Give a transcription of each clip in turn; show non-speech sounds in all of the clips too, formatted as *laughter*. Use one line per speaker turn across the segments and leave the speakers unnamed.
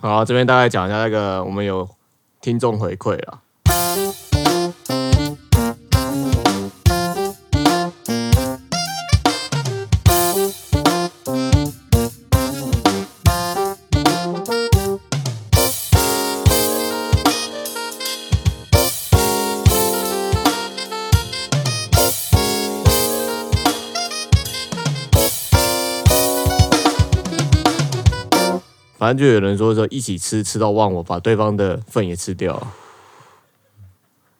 好，这边大概讲一下那个我们有听众回馈啊啦。反正就有人说说一起吃，吃到忘我，把对方的份也吃掉啊。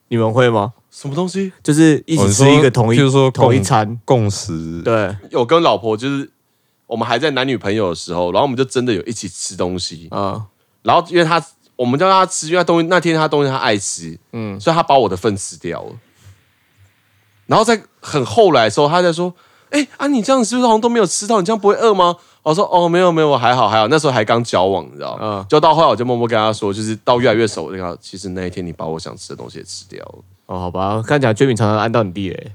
你们会吗？
什么东西？
就是一
哦
起
你
吃
说
一个同一，
譬如说
同一
共
餐，
共识，
对，
有跟老婆就是我们还在男女朋友的时候，然后我们就真的有一起吃东西，
啊、
然后因为他我们叫他吃，因为他东西那天他东西他爱吃，
嗯
嗯，所以他把我的份吃掉了。然后在很后来的时候，他在说：“哎、啊，你这样是不是好像都没有吃到？你这样不会饿吗？”我说：“哦，没有没有，还好还好。”那时候还刚交往，你知道吗
嗯？
就到后来我就默默跟他说，就是到越来越熟，我就跟他其实那一天你把我想吃的东西也吃掉了。
哦，好吧，看起来追敏常常按到你地雷，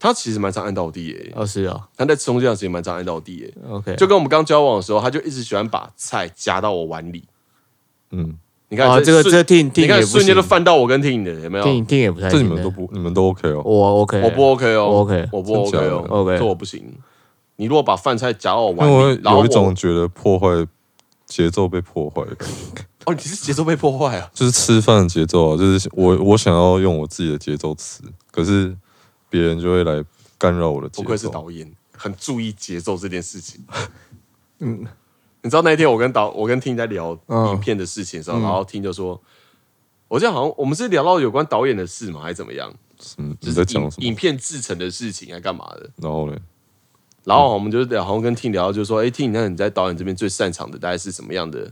他其实蛮常按到地耶、
哦是哦
他在吃东西的时候也蛮常按到地耶、
，OK，
就跟我们刚交往的时候，他就一直喜欢把菜夹到我碗里。
嗯，
你看
啊这个
瞬
这个 Ting- Ting
你看
也不行
瞬间都翻到我跟 Ting 的，有没有？
听听也不太
这你
行
们
的
都不，你们都 OK 哦。
我 OK，
我不 OK 哦，
我 OK
我不 OK
真假的
哦
OK
这我不行。你如果把饭菜夹到我
因为
碗
我
里，然后
有一种
我
觉得破坏节奏被破坏的感觉，
哦，你是节奏被破坏啊，
就是吃饭的节奏啊，就是我我想要用我自己的节奏吃，可是别人就会来干扰我的节
不
奏。
愧是导演，很注意节奏这件事情。嗯，你知道那一天我跟导我跟 Ting 在聊
嗯
影片的事情的时候，然后 Ting 就说，我记得好像我们是聊到有关导演的事嘛，还是怎么样？
嗯，
就
你
是
在讲
影
什
影
么？
片制成的事情，还干嘛的？
然后嘞，
然后我们就聊，好像跟 Ting 聊，就说，哎，Ting，那你在导演这边最擅长的大概是什么样的？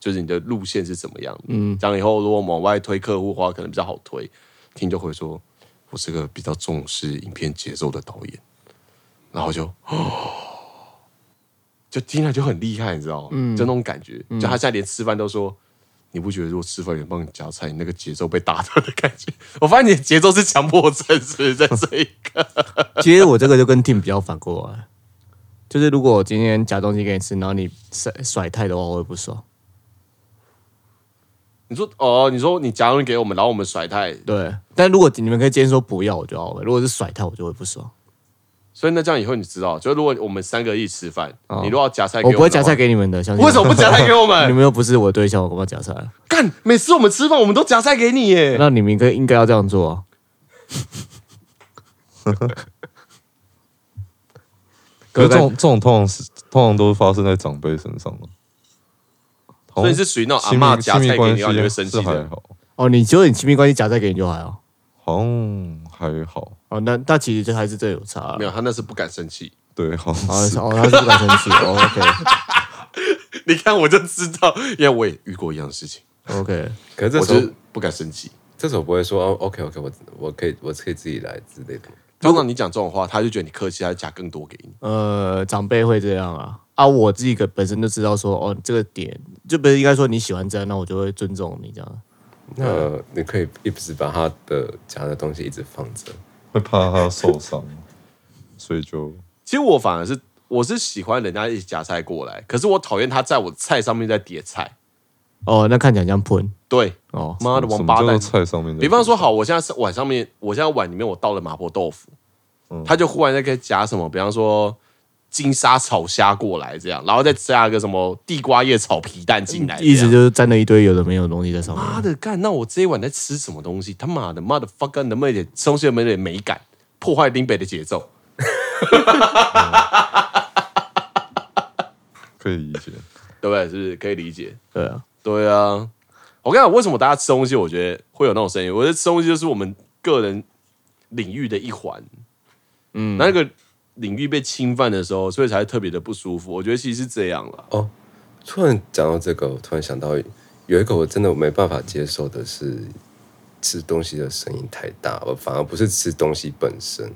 就是你的路线是怎么样的？嗯，这样以后如果我们往外推客户的话，可能比较好推。Ting 就回说，我是个比较重视影片节奏的导演。然后就，哦，就听了就很厉害，你知道吗？就那种感觉，就他现在连吃饭都说。你不觉得如果吃饭有人帮你夹菜，你那个节奏被打断的感觉？ *laughs* 我发现你的节奏是强迫症，是不是在这一个？
*laughs* 其实我这个就跟 Tim 比较反过来，就是如果我今天夹东西给你吃，然后你甩甩太的话，我会不爽。
你说哦，你说你夹东西给我们，然后我们甩太，
对，但如果你们可以今天说不要，我就 OK；如果是甩太，我就会不爽。
所以那这样以后你知道，就如果我们三个一起吃饭，
哦
你如果要夹菜，
我不会夹菜，给你们的，相信
为
*laughs*
什么不夹菜给我
我你
们？
们又不是我对象，我干嘛夹菜啊？
干，每次我们吃饭，我们都夹菜给你耶。
那你们应该应该要这样做啊。
可是
各
这
位
种这种通常是通常都是发生在长辈身上的，啊好
所以
像
你是属于那种阿
亲密
嬷夹
亲密
菜给
关
你，然后你
系
会生气
是还
的。
好，
哦，你觉得你亲密关系夹菜给你就还好。
好像还好，
哦，那那其实就还是这有差了
没。有，他那是不敢生气。
对，好
哦
像是。 *laughs*
哦，他是不敢生气。哦 OK
你看，我就知道，因为我也遇过一样的事情，
*laughs* OK，
可是
我
这时
就
候
是不敢生气。
这时候不会说哦，OK OK，我我可以我可以自己来之类的。
通常你讲这种话，他就觉得你客气，他就夹更多给你。
呃，长辈会这样啊。啊，我自己个本身就知道说，哦，这个点就不是应该说你喜欢这样，那我就会尊重你这样。
那你可以一直把他的夹的东西一直放着，
会怕他受伤，所以就
其实我反而是我是喜欢人家一起夹菜过来，可是我讨厌他在我菜上面在叠菜。
哦，那看起来像喷
对，
哦。
妈的
什
王
么
八
叫做
蛋！
菜上面的？
比方说，好，我现在是碗上面，我现在碗里面我倒了麻婆豆腐，
嗯
他就忽然在给夹什么，比方说金沙炒虾过来这样，然后再加个什么地瓜叶炒皮蛋进来这样，
一直就是沾了一堆有的没有的东西在上
妈
面。
的干，那我这一碗在吃什么东西？他妈的妈的 fuck，能不能有点东西有没有点美感，破坏林北的节奏？
可以理解，
对不对？是不是可以理解？
对啊，
对啊，我跟你讲，为什么大家吃东西，我觉得会有那种声音？我觉得吃东西就是我们个人领域的一环，嗯，那个领域被侵犯的时候，所以才会特别的不舒服。我觉得其实是这样啦，
突然讲到这个，我突然想到有一个我真的没办法接受的是吃东西的声音太大，我反而不是吃东西本身。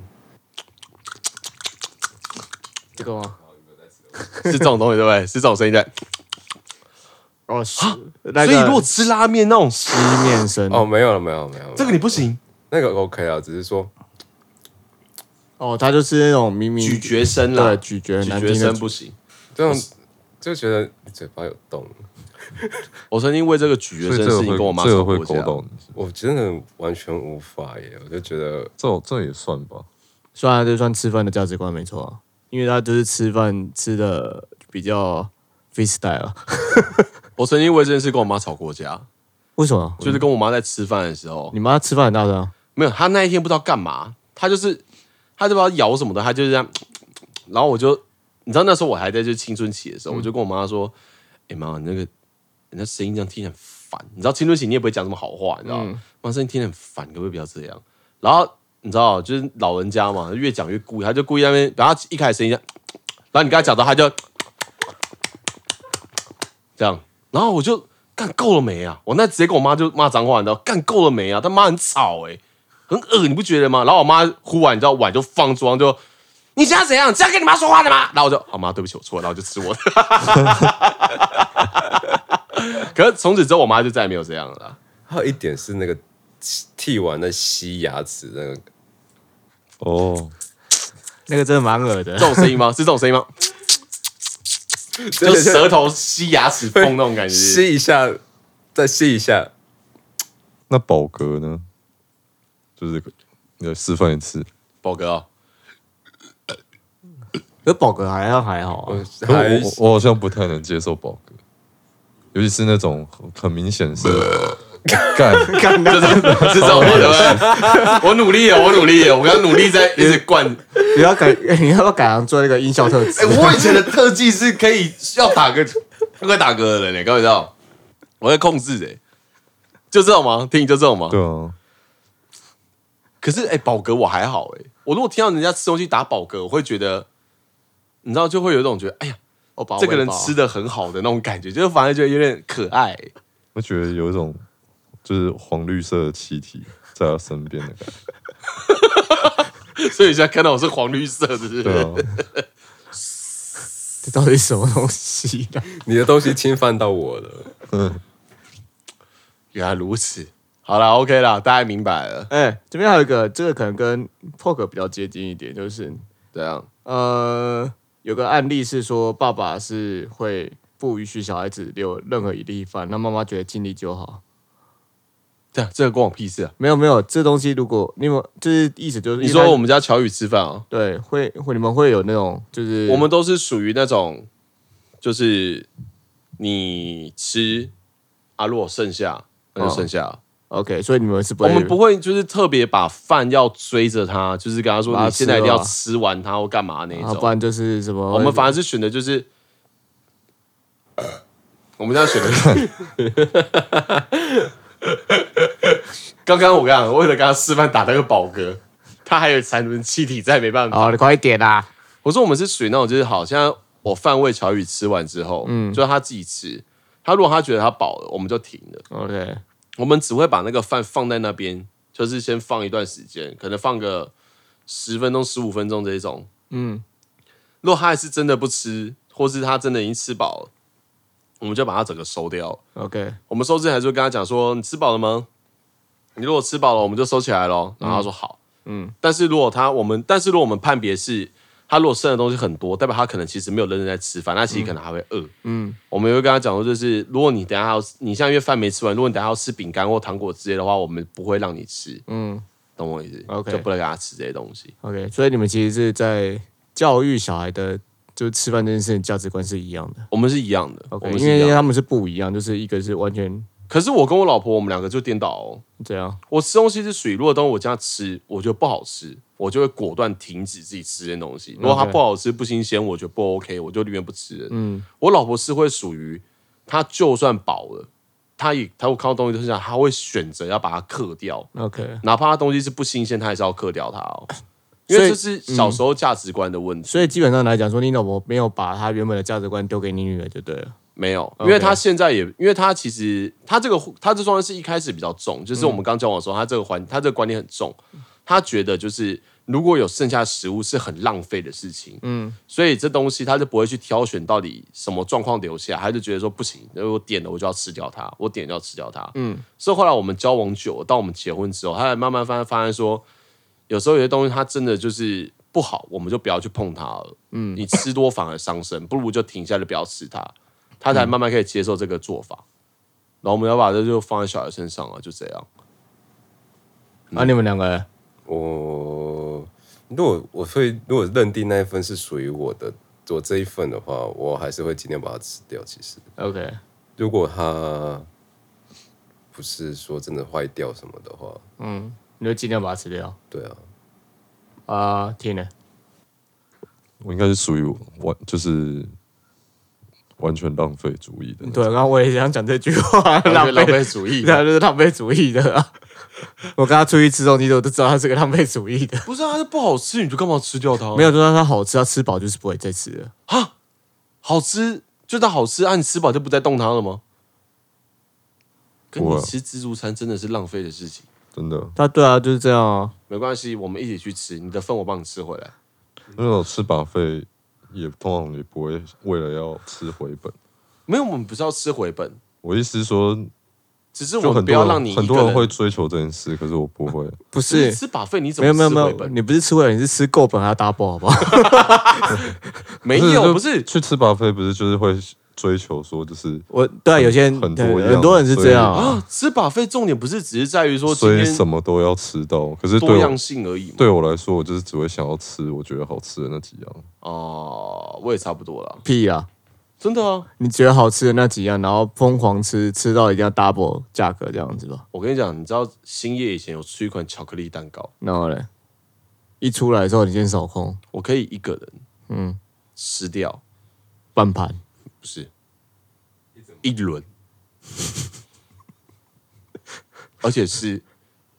这个吗？
是这种东西，对不
*laughs*
对？是这种声音在。
哦，是那
啊所以
个
如果吃拉面那种，
西面生
哦，没有了，没有没有，没有
这个你不行，
那个 OK 啊，只是说
哦，他就是那种明明
咀嚼声啦
对，，咀嚼
咀
难
嚼
听的
声不行。
这种就觉得你嘴巴有洞，
我曾经为这个举
所
的
以
这
这
件事
个
情
会
跟我妈
这个
吵
会
过
勾
架。
到你，
我真的完全无法耶，我就觉得
这种这也算吧。
算啊，就算吃饭的价值观没错啊，因为他就是吃饭吃的比较 freestyle，啊
我曾经为这件事跟我妈吵过架，
为什么？
就是跟我妈在吃饭的时候，
你妈吃饭很大声啊，
没有，她那一天不知道干嘛，她就是她就不知道咬什么的，她就是这样。然后我就，你知道那时候我还在就是青春期的时候，我就跟我妈说：“哎、妈，你那个你那声音这样听起来很烦。”你知道青春期你也不会讲什么好话，你知道吗？妈、声音听起来很烦，可不可以不要这样？然后你知道，就是老人家嘛，越讲越故意，他就故意在那边，然后她一开始声音这样，然后你跟他讲到，他就这样，然后我就干够了没啊？我那直接跟我妈就骂脏话，你知道，干够了没啊？他妈很吵哎、很恶，你不觉得吗？然后我妈忽然你知道碗就放桌上就。你想要怎样？这样跟你妈说话的吗？然后我就，哦妈，对不起，我错了，然后我就吃我的。 *laughs* 可是从此之后，我妈就再也没有这样了啦。
还有一点是那个剃剃完的吸牙齿那个，
哦，
那个真的蛮恶的
这。种声音吗？是这种声音吗？就舌头吸牙齿缝那种感觉。
吸一下，再吸一下，
那饱嗝呢？就是你来示范一次。
宝哥、哦， *laughs*
可宝格还好还好啊，
可
还
我我我好像不太能接受饱嗝，尤其是那种很很明
*laughs*
显是干，
干的
是这种吗？ *laughs* 对不对？我努力了，我努力了，我刚努力在一直灌。
你要改， *laughs* 你要不要改行做那个音效特
哎、
质？
*laughs* 我以前的特技是可以要打个，要快打嗝的人呢、各位知道？我在控制哎、就这种吗？听你就这种吗？
对啊，
可是哎，饱、嗝我还好哎、我如果听到人家吃东西打饱嗝，我会觉得，你知道，就会有一种觉得，哎呀，
我把
这个人吃
的
的很好的那种感觉，就是反而觉得有点可爱 *laughs* 欸、
我觉得有一种就是黄绿色的气体在他身边的感觉。
所以现在看到我是黄绿色的，是不是？
对啊，
这到底什么东西啊？ *laughs*
你的东西侵犯到我了。
原来如此。好啦 o k 啦，大家明白了。
哎、这边还有一个，这个可能跟 poker 比较接近一点，就是
怎样？
呃，有个案例是说，爸爸是会不允许小孩子留任何一粒饭，那妈妈觉得尽力就好。
这这个关我屁事啊！
没有没有，这东西如果你们就是意思就是
你
一开，
说我们家乔宇吃饭啊，
对会会你们会有那种就是
我们都是属于那种，就是你吃啊，如果剩下那就剩下。
OK，所以你们是嗯不
我
会
们不会就是特别把饭要追着他，就是跟他说
把它
你现在一定
吃
要
完
吃完它或干嘛那一
啊，
种。
不然就是什么
我们反而是选的就是， *coughs* 我们这样选的。 *laughs* 刚刚我跟你讲，我为了跟他示范打那个饱嗝，他还有残存气体在，没办法。
好，你快一点啦、
我说我们是属于那种，就是好，现在我饭喂乔宇吃完之后，嗯，就让他自己吃。他如果他觉得他饱了，我们就停了。
OK，
我们只会把那个饭放在那边，就是先放一段时间，可能放个十分钟、十五分钟这一种。
嗯，
如果他还是真的不吃，或是他真的已经吃饱了，我们就把它整个收掉。
OK，
我们收之前还是会跟他讲说：“你吃饱了吗？你如果吃饱了，我们就收起来咯。然后他说：“好。”嗯，但是如果他我们，但是如果我们判别是他如果剩的东西很多，代表他可能其实没有认真在吃饭，他其实可能还会饿。嗯，我们也会跟他讲说，就是如果你等一下还要，你现在因为饭没吃完，如果你等一下要吃饼干或糖果之类的话，我们不会让你吃。
嗯
懂我意思
OK
就不能给他吃这些东西。
，OK，所以你们其实是在教育小孩的，就是吃饭这件事情价值观是一样的。
我们是一样的
OK，
我们
因
是一
为因
样
为
的。
他们是不一样，就是一个是完全
可是我跟我老婆，我们两个就颠倒哦。
这样。
我吃东西是水，如果东西我这样吃，我觉得不好吃，我就会果断停止自己吃这些东西。如果它
OK
不好吃、不新鲜，我觉得不 OK，我就宁愿不吃了。嗯，我老婆是会属于她就算饱了，她也她会看到东西就是这样，她会选择要把它克掉，
OK，
哪怕它东西是不新鲜，她还是要克掉它哦。因
所以嗯
为这是小时候价值观的问题，
所以基本上来讲说，你老婆没有把她原本的价值观丢给你女儿就对了。
没有，因为她现在也，因为她其实她这个她这状态是一开始比较重，就是我们刚交往的时候，她这个环她这个观念很重，她觉得就是如果有剩下食物是很浪费的事情，嗯，所以这东西她就不会去挑选到底什么状况留下，她就觉得说不行，那我点了我就要吃掉它，我点了就要吃掉它，嗯，所以后来我们交往久了，到我们结婚之后，她才慢慢发现发现说，有时候有些东西它真的就是不好，我们就不要去碰它了，嗯，你吃多反而伤身，不如就停下来就不要吃它。他才慢慢可以接受这个做法。然后我们要把这就放在小孩身上啊，就这
*laughs*
样。嗯
那啊你们两个
我如果我会如果认定那一份是属于我的，我这一份的话，我还是会尽量把它吃掉。其实，
，OK，
如果它不是说真的坏掉什么的话，
你就尽量把它吃掉
对啊，
啊。听呢？
我应该是属于完就是完全浪费主义的那种。
对，刚刚我也想讲这句话，
*laughs* 浪
浪
费浪
费
费主
*laughs*
*laughs*
义
对，啊，就是浪费主义的、啊。 *laughs* 我跟他出去吃东西的时候，我都知道他是个浪费主义的。
不是啊，它不好吃，你就干嘛吃掉它？
没
有
有，就算它好吃，他吃饱就是不会再吃了。
好吃，就它好吃啊，你吃饱就不再动它了吗？跟
不
你
会啊
吃自助餐真的是浪费的事情。
真的，
他对啊，就是这样啊。
没关系，我们一起去吃，你的份我帮你吃回来。
那种吃把费也通常也不会为了要吃回本。
没有，我们不是要吃回本，
我意思是说，
只是
就
我们
很
不
多
要让你
人很
一
多
个
人会追求这件事，可是我不会。
不
不是
是，
吃把费，你怎
没
么
有没有没
吃回
有，
本
你不是吃回本，你是吃够本还是 double 好不好？
*laughs* 没
就
有，不
就是去吃把费，不是就是会追求说，就是
我对啊，有些人
很
对
多样
很多人是这样啊。
啊，吃把费重点不是只是在于说今
所以
天
什么都要吃到。可是
多
对
样
我
性而已嘛。
对我来说，我就是只会想要吃我觉得好吃的那几样。 *laughs*
哦，我也差不多了，
屁啊！
真的啊。
你觉得好吃的那几样，然后疯狂吃，吃到一定要 double 价格这样子吧？
我跟你讲，你知道兴业以前有出一款巧克力蛋糕，
然后嘞，一出来之后你先手空
我可以一个人
嗯
吃掉，
半盘，
不是一轮，而且是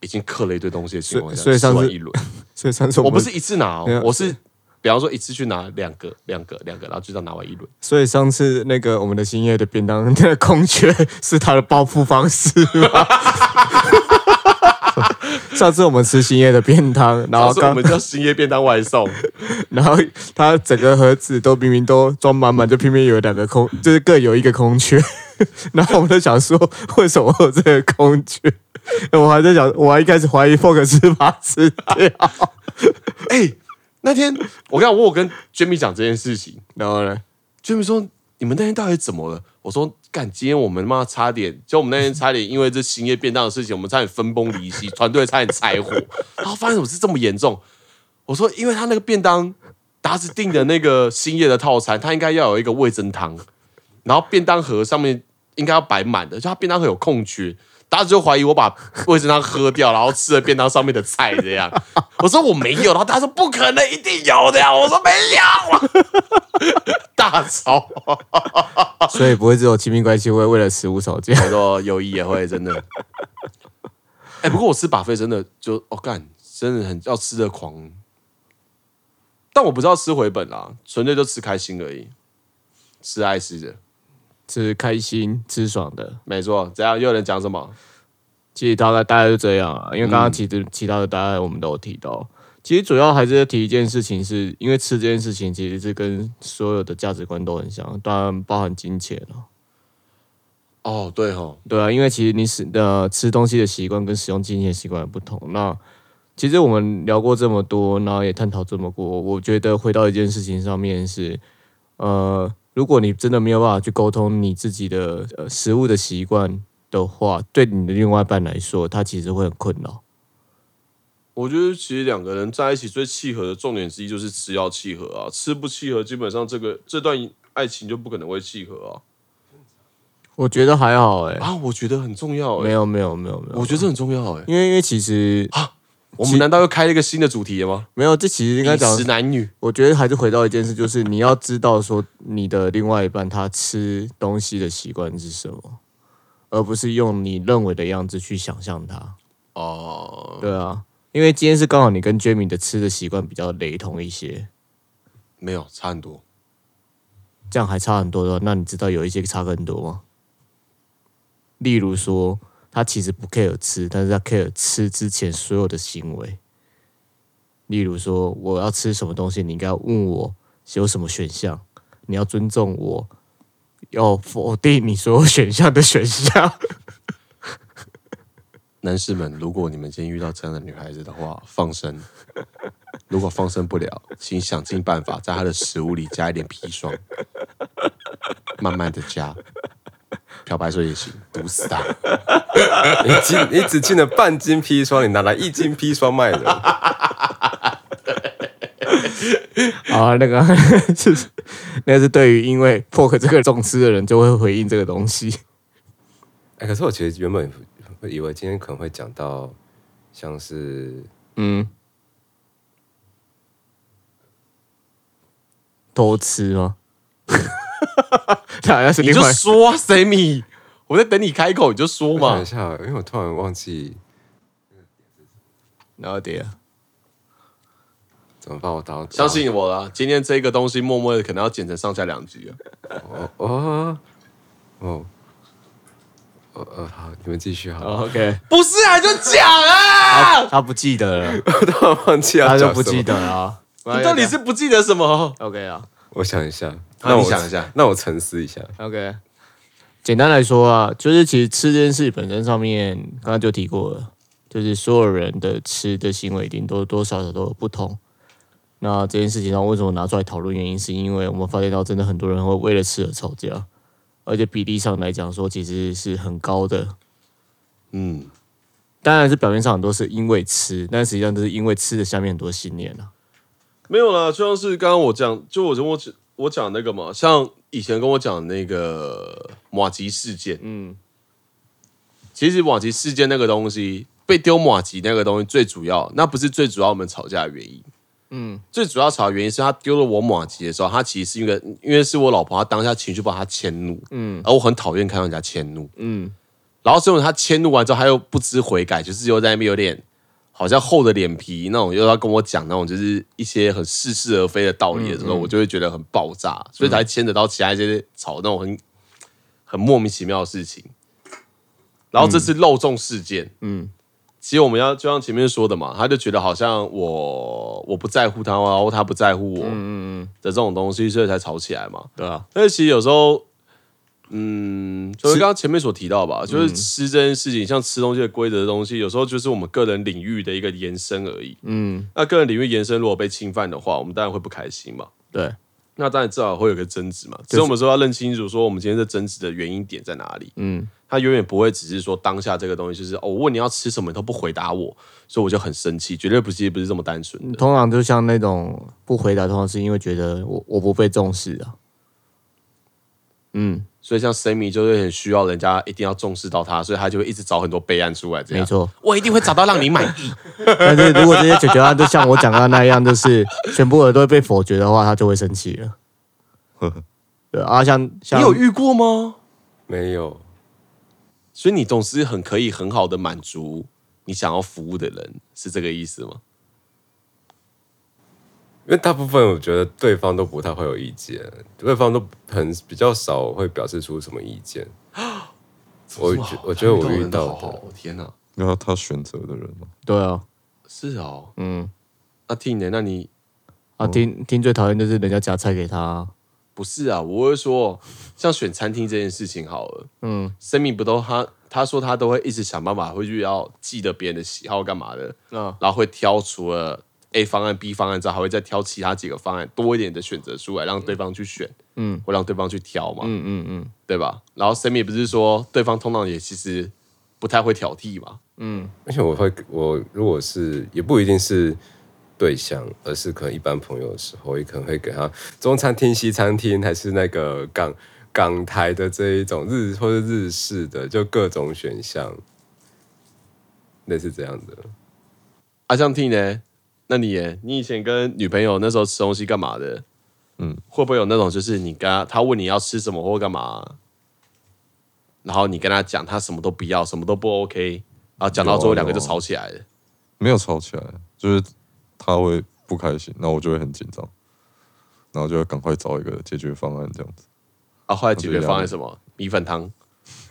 已经刻了一堆东西的情况下，
所以所以上
吃完
次
一轮，
所以上次
我不
们
是，一次拿、
没有
哦，我是比方说一次去拿两个、两个、两个，然后就这样拿完一轮。
所以上次那个我们的兴业的便当那个空缺是他的报复方式 *laughs* 吗？上次我们吃兴业的便当，然
然
后
后我
刚
们叫兴业便当
*laughs*
外送，
然后他整个盒子都明明都装满满，就偏偏有两个空，就是各有一个空缺。 *laughs* 然后我们就想说，为什么会有这个空缺？我还在想，我还一开始怀疑 Fog 是把它吃掉。
哎、那天我跟我有跟 Jimmy 讲这件事情
然后 *laughs* 呢？
，Jimmy 说你们那天到底怎么了？我说干，今天我们妈差点，就我们那天差点因为这兴业便当的事情，我们差点分崩离析， *laughs* 团队差点拆伙。然后发现怎么是这么严重？我说，因为他那个便当，达斯订的那个兴业的套餐，他应该要有一个味增汤，然后便当盒上面应该要摆满的，就他便当盒有空缺。达子就怀疑我把味噌汤喝掉，然后吃了便当上面的菜这样。我说我没有，然后他说不可能，一定有的呀。我说没有，啊大吵。
所以不会只有亲密关系会为了食物吵架。
我说友谊也会真的。哎、不过我吃把费真的就哦干，真的很要吃的狂，但我不知道吃回本啦，纯粹就吃开心而已，吃爱吃的，
吃开心、吃爽的，
没错。怎样？又有人讲什么？
其实大概大概就这样啊。因为刚刚其实其他的大概我们都有提到，其实主要还是要提一件事情是，因为吃这件事情其实是跟所有的价值观都很像，当然包含金钱啊了、
哦，对哦，
对啊，因为其实你使呃吃东西的习惯跟使用金钱的习惯也不同。那其实我们聊过这么多，然后也探讨这么多，我觉得回到一件事情上面是，呃，如果你真的没有办法去沟通你自己的呃食物的习惯的话，对你的另外一半来说，他其实会很困扰。
我觉得其实两个人在一起最契合的重点之一就是吃要契合啊，吃不契合，基本上这个这段爱情就不可能会契合啊。
我觉得还好哎、
啊，我觉得很重要、欸，
没，有没有没有没有，
我觉得这很重要、欸，哎，
因为因为其实
我们难道又开了一个新的主题了吗？
没有，这其实应该
饮
讲
食男女。
我觉得还是回到一件事，就是你要知道说你的另外一半他吃东西的习惯是什么，而不是用你认为的样子去想象他。
哦，
对啊，因为今天是刚好你跟 Jamie 的吃的习惯比较雷同一些，
没有差很多，
这样还差很多的话，那你知道有一些差更多吗？例如说，他其实不 care 吃，但是他 care 吃之前所有的行为。例如说，我要吃什么东西，你应该要问我有什么选项，你要尊重我，要否定你所有选项的选项。
男士们，如果你们今天遇到这样的女孩子的话，放生。 *laughs* 如果放生不了，请想尽办法在她的食物里加一点砒霜。慢慢的加，漂白水也行，毒死他。
你 *laughs* 进你只进了半斤砒霜，你哪来一斤砒霜卖的？
*laughs* 啊，那个是 *laughs* 那是对于因为 pork 这个重吃的人就会回应这个东西。
哎，可是我其实原本会以为今天可能会讲到像是
嗯，偷吃 *laughs* 吗？这好像是
你
另
就
外
说啊，Sammy，我在等你开口，你就说
我想
嘛
一。下，因为我突然忘记
然后点了
怎么办，我打
*laughs*
到
相信我啦，今天这个东西默默的可能要剪成上下两集了。
哦哦哦哦呃好，你们继续好了。
，OK，
不是啊，就讲
*laughs*
啊！
他不记得了，
我突然 *laughs* 忘记
*laughs* 他
要
就
讲
不
什
记
么
得了啊。
你到底是不记得什么？
OK 啊
我想一下，
好
那我
你想一下，
那我沉思一下。
，OK。简单来说啊，就是其实吃这件事本身上面，刚刚就提过了，就是所有人的吃的行为一定多多少少都有不同。那这件事情上为什么拿出来讨论？原因是因为我们发现到真的很多人会为了吃而吵架，而且比例上来讲说其实是很高的。
嗯，
当然是表面上很多是因为吃，但实际上都是因为吃的下面很多信念啊。
没有啦，就像是刚刚我讲，就我跟我讲我讲那个嘛，像以前跟我讲那个马吉事件，
嗯，
其实马吉事件那个东西被丢马吉那个东西最主要，那不是最主要我们吵架的原因。嗯，最主要吵的原因是他丢了我马吉的时候，他其实是因为因为是我老婆，她当下情绪把她迁怒，嗯，而我很讨厌看到人家迁怒，嗯，然后最后他迁怒完之后，他又不知悔改，就是又在那边有点好像厚着脸皮那种，又要跟我讲那种就是一些很似是而非的道理的时候，我就会觉得很爆炸，所以才牵扯到其他一些吵那种很很莫名其妙的事情。然后这次漏中事件，嗯，其实我们要就像前面说的嘛，他就觉得好像我我不在乎他，然后他不在乎我，嗯嗯的这种东西，所以才吵起来嘛。
对啊，
但是其实有时候，嗯，就是刚刚前面所提到
嗯
吧，就是吃这件事情，像吃东西的规则的东西，有时候就是我们个人领域的一个延伸而已。
嗯，
那个人领域延伸如果被侵犯的话，我们当然会不开心嘛。
对，
那当然至少会有个争执嘛。所以我们说要认清楚，说我们今天这争执的原因点在哪里。
嗯，
他永远不会只是说当下这个东西就是哦，我问你要吃什么你都不回答我，所以我就很生气，绝对不是不是这么单纯的。
通常就像那种不回答，通常是因为觉得我我不被重视啊。 *laughs* 嗯，
所以像 Sammy 就是很需要人家一定要重视到他，所以他就会一直找很多备案出来。这样
没，错。
我一定会找到让你满
*laughs*
意。
但是如果这些解决方案就像我讲到那样，就是全部的都会被否决的话，他就会生气了。对啊，像像
你有遇过吗？
没有，
所以你总是很可以很好的满足你想要服务的人，是这个意思吗？
因为大部分我觉得对方都不太会有意见，对方都很比较少会表示出什么意见。我觉我觉得我遇到的，
的，天哪，
然后他选择的人嘛，
对啊，
是哦。
嗯，
那听你，那你嗯
啊，听听最讨厌就是人家夹菜给他啊、
不是啊？我会说，像选餐厅这件事情好了，
嗯，
生命不都他他说他都会一直想办法，会去要记得别人的喜好干嘛的，
啊，
然后会挑除了 A 方案、B 方案之后，还会再挑其他几个方案多一点的选择出来，让对方去选，
嗯
嗯，或让对方去挑嘛，
嗯嗯嗯，
对吧？然后 Sammy 不是说对方通常也其实不太会挑剔嘛，
而且我会我如果是也不一定是对象，而是可能一般朋友的时候，也可能会给他中餐厅、西餐厅，还是那个港港台的这一种日或者日式的，就各种选项，类似这样的。
啊，这样听呢？那你耶，你以前跟女朋友那时候吃东西干嘛的？嗯
嗯，
会不会有那种就是你跟她，她问你要吃什么或干嘛，然后你跟她讲她什么都不要，什么都不 OK，然后讲到最后
有啊
两个就吵起来了。
没有吵起来，就是他会不开心，那我就会很紧张，然后就要赶快找一个解决方案这样子。
啊，后来解决方
我觉得
案
了
是什么？米粉汤，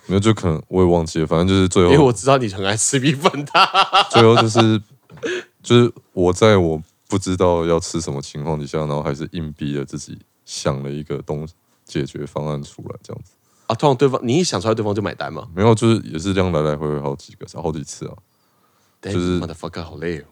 没有，就可能我也忘记了，反正就是最
因为
后
我知道你很爱吃米粉汤。 *laughs*
最后就是 *laughs* 就是我在我不知道要吃什么情况底下，然后还是硬逼着自己想了一个东解决方案出来，这样子。
啊，通常对方你一想出来，对方就买单嘛。
没有，就是也是这样来来回回好几个好几次啊。
就是 motherfucker 好累哦。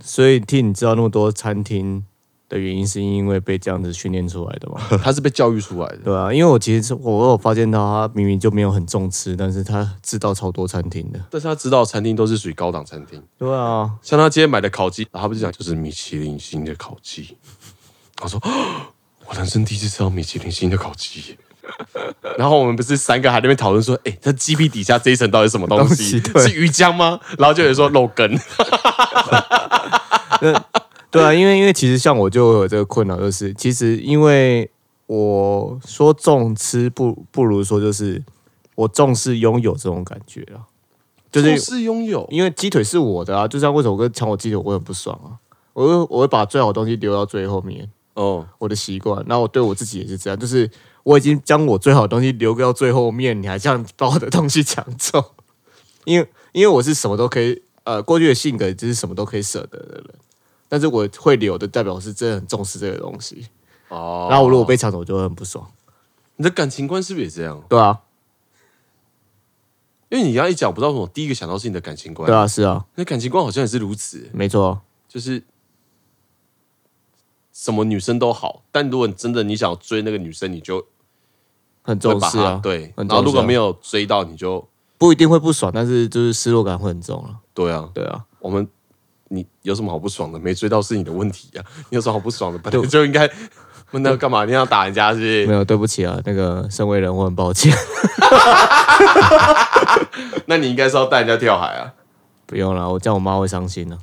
所以听你知道那么多餐厅的原因，是因为被这样子训练出来的
*laughs*
嘛？
他是被教育出来的。
对啊，因为我其实是我有发现到他明明就没有很重吃，但是他知道超多餐厅的。
但是他知道餐厅都是属于高档餐厅，
对啊，
像他今天买的烤鸡，然后他不就讲就是米其林星的烤鸡。我说，啊我人生第一次吃到米其林星的烤鸡。 *laughs* 然后我们不是三个还在那边讨论说，哎、它鸡皮底下这一层到底是什么东西？
东西对
是鱼浆吗？ *laughs* 然后就有人说肉羹，
对啊，因为因为其实像我就有这个困扰，就是其实因为我说重吃不不如说就是我重视拥有这种感觉啊， *laughs* 就
总
是
是拥有。
因为鸡腿是我的啊，就像为什么我跟抢我鸡腿我很不爽啊，我会我会把最好的东西留到最后面，
哦，
我的习惯。那我对我自己也是这样，就是我已经将我最好的东西留到最后面，你还这样把我的东西抢走，因为因为我是什么都可以，呃，过去的性格就是什么都可以舍得的人，但是我会留的，代表我是真的很重视这个东西。
哦，
然后我如果被抢走，我就会很不爽。
你的感情观是不是也这样？
对啊，
因为你刚刚一讲，我不知道为什么，第一个想到是你的感情观。
对，啊，是啊，
你的感情观好像也是如此、
没错，啊
就是什么女生都好，但如果你真的你想要追那个女生，你就
很
会
重
把
视
她、
啊，
对，
很
然
重
后
视、
如果没
有，
有追到，你就
不一定会不爽，但是就是失落感会很重啊。
对啊，
对啊，
我们你有什么好不爽的？没追到是你的问题呀、 *laughs* 你有什么好不爽的？本来就应该问他干嘛？你要打人家是不
没
是？
有，对不起啊，那个身为人，我很抱歉。 *laughs*
那你应该是要带人家跳海啊？
不用了，我这样我妈会伤心的、啊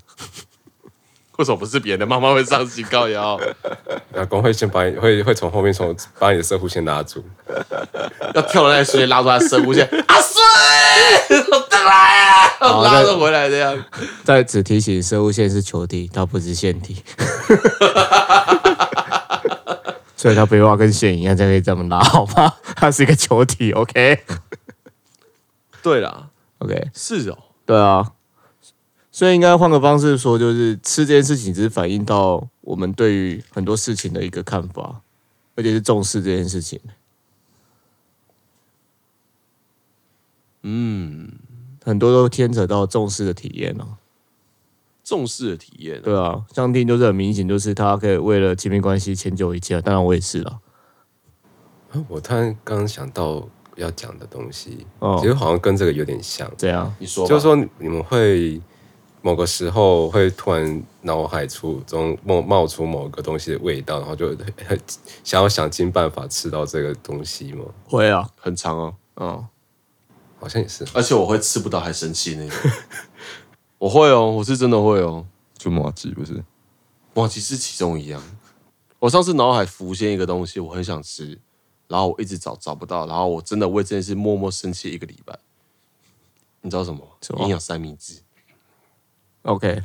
为什么不是别人的妈妈会上心高腰？ *laughs*
老公会先把你会会从后面从把你的射护线拉住，
要跳的那一瞬间拉住他的生物线， *laughs* 阿水，我再来啊，
好
拉
再
着回来这样。
在此提醒，生物线是球体，它不是线体， *laughs* 所以它不要跟线一样，才可以这么拉，好吗？ *laughs* 它是一个球体，OK，OK，、
对啦，是哦，
对啊。所以应该换个方式说，就是吃这件事情只是反映到我们对于很多事情的一个看法，而且是重视这件事情。
嗯，
很多都牵扯到重视的体验哦、
重视的体验。
对啊，像听就是很明显，就是他可以为了亲密关系迁就一切啊。当然我也是啦，
啊我突然刚刚想到要讲的东西，
哦
其实好像跟这个有点像，
这样
你说吧，
就是说你们会某个时候会突然脑海出中冒冒出某个东西的味道，然后就很想要想尽办法吃到这个东西吗？
会啊，
很长哦，
嗯。
好像也是，
而且我会吃不到还生气那种。 *laughs* 我会哦，我是真的会哦。
就马吉不
嗯
是？
哇，其实其中一样。我上次脑海浮现一个东西，我很想吃，然后我一直找找不到，然后我真的为这件事默默生气一个礼拜。你知道什么吗？
什么
营养三明治。
OK，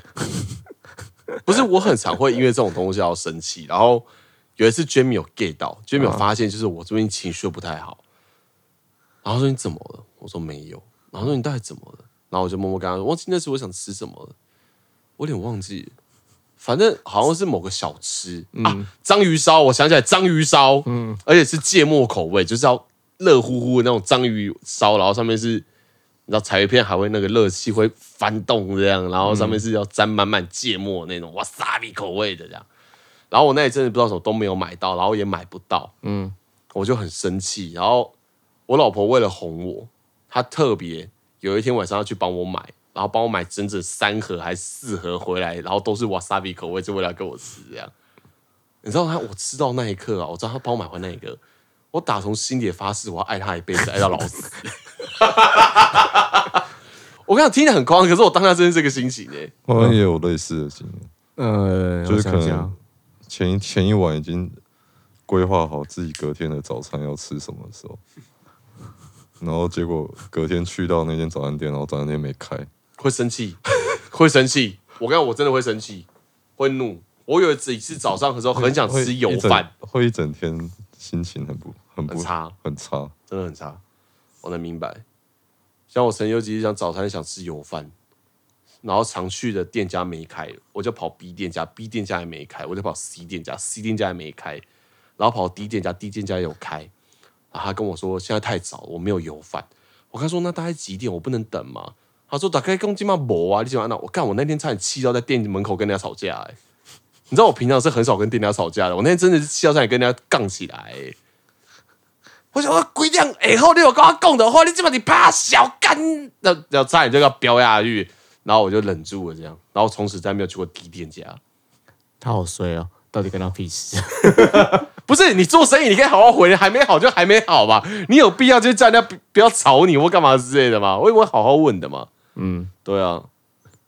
不是，我很常会因为这种东西要生气。然后有一次 j a m i 有 get 到 j a m i 有发现，就是我最近情绪不太好，然后说你怎么了？我说没有。然后说你到底怎么了？然后我就默默跟他说，忘记那时我想吃什么了，我有点忘记了，反正好像是某个小吃、啊，章鱼烧。我想起来章鱼烧，嗯，而且是芥末口味，就是要热乎乎的那种章鱼烧，然后上面是。你知道彩鱼片还会那个热气会翻动这样，然后上面是要沾满满芥末那种哇沙比口味的这样。然后我那一阵子不知道什么都没有买到，然后也买不到，嗯，我就很生气。然后我老婆为了哄我，她特别有一天晚上要去帮我买，然后帮我买整整三盒还是四盒回来，然后都是哇沙比口味，就为了要给我吃这样。你知道她我吃到那一刻啊，我知道她帮我买回那一个，我打从心底发誓，我要爱她一辈子，爱到老死。我刚刚听起来很夸张，可是我当下真是这个心情哎、
好像也有类似的经验，
呃，
就
我
是可
想
啊
能
想，
前一前一晚已经规划好自己隔天的早餐要吃什么的时候，然后结果隔天去到那间早餐店，然后早餐店没开，
会生气， *laughs* 会生气。我跟你讲我真的会生气，会怒。我有几次早上的时候哦很想
会
吃
一
油
整
饭，
会一整天心情很不很不
很差，
很差。
真的很差。我能明白，像我曾有几次想早餐想吃油饭，然后常去的店家没开，我就跑 B 店家，B 店家也没开，我就跑 C 店家，C 店家也没开，然后跑 D 店家，D 店家也有开。然后他跟我说现在太早，我没有油饭。我跟他说那大概几点？我不能等吗？啊他说打开公鸡嘛，没啊，你喜欢那？我干，我那天差点气到在店门口跟人家吵架、欸，你知道我平常是很少跟店家吵架的，我那天真的是气到差点跟人家杠起来、欸我想说，哦鬼样以哎后你有跟他共的话，你基本你怕小干，那然后差点就要飙下去，然后我就忍住了这样，然后从此再没有去过低店家。
他好衰哦，到底跟他屁 *laughs* 事？
不是你做生意，你可以好好回，还没好就还没好吧。你有必要就叫人家不不要吵你或干嘛之类的嘛？我也会好好问的嘛。嗯，对啊。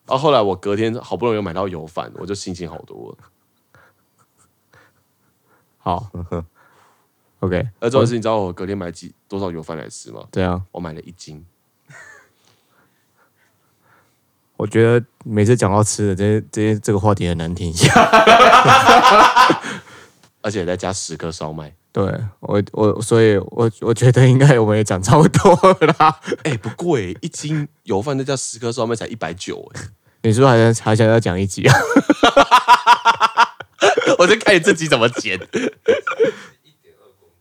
然后后来我隔天好不容易买到油饭，我就心情好多了。
好 *laughs* ，OK，啊
而重点是，你知道我隔天买几多少油饭来吃吗？
这样
我买了一斤。
我觉得每次讲到吃的，这这这个话题很难停下。
而且再加十颗烧麦。
*laughs* 对我我，所以我我觉得应该我们也讲差不多了 *laughs* 啦。
哎、不贵、一斤油饭再加十颗烧麦才一百九哎！
你是不是还想还想要讲一集 *laughs* 啊？
*laughs* 我就看你自己怎么剪。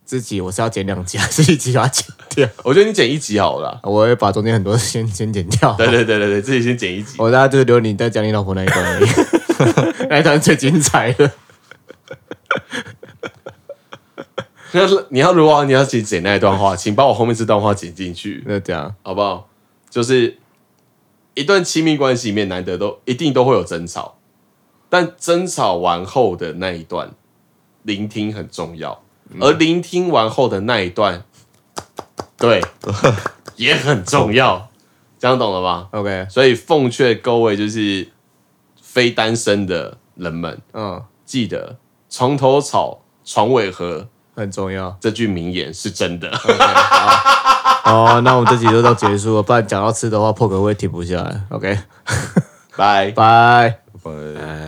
这集我是要剪两集，啊还是一集把它剪掉？
我觉得你剪一集好了啦。
我会把中间很多先先剪掉。
对对对对对，自己先剪一集。
*laughs* 我大家就是留你在讲你老婆那一段而 *laughs* 已，那一段最精彩的。 *laughs*
那你要如果你要剪剪那一段话，请把我后面这段话剪进去，
那这样，
好不好？就是一段亲密关系里面，难得都一定都会有争吵，但争吵完后的那一段，聆听很重要，而聆听完后的那一段，对，也很重要。这样懂了吗？
OK，
所以奉劝各位就是非单身的人们，
嗯，
记得床头吵，床尾和
很重要。
这句名言是真的。
好，哦那我们这集就到结束了，不然讲到吃的话，破壳会停不下来。OK，
拜。
拜。
拜拜。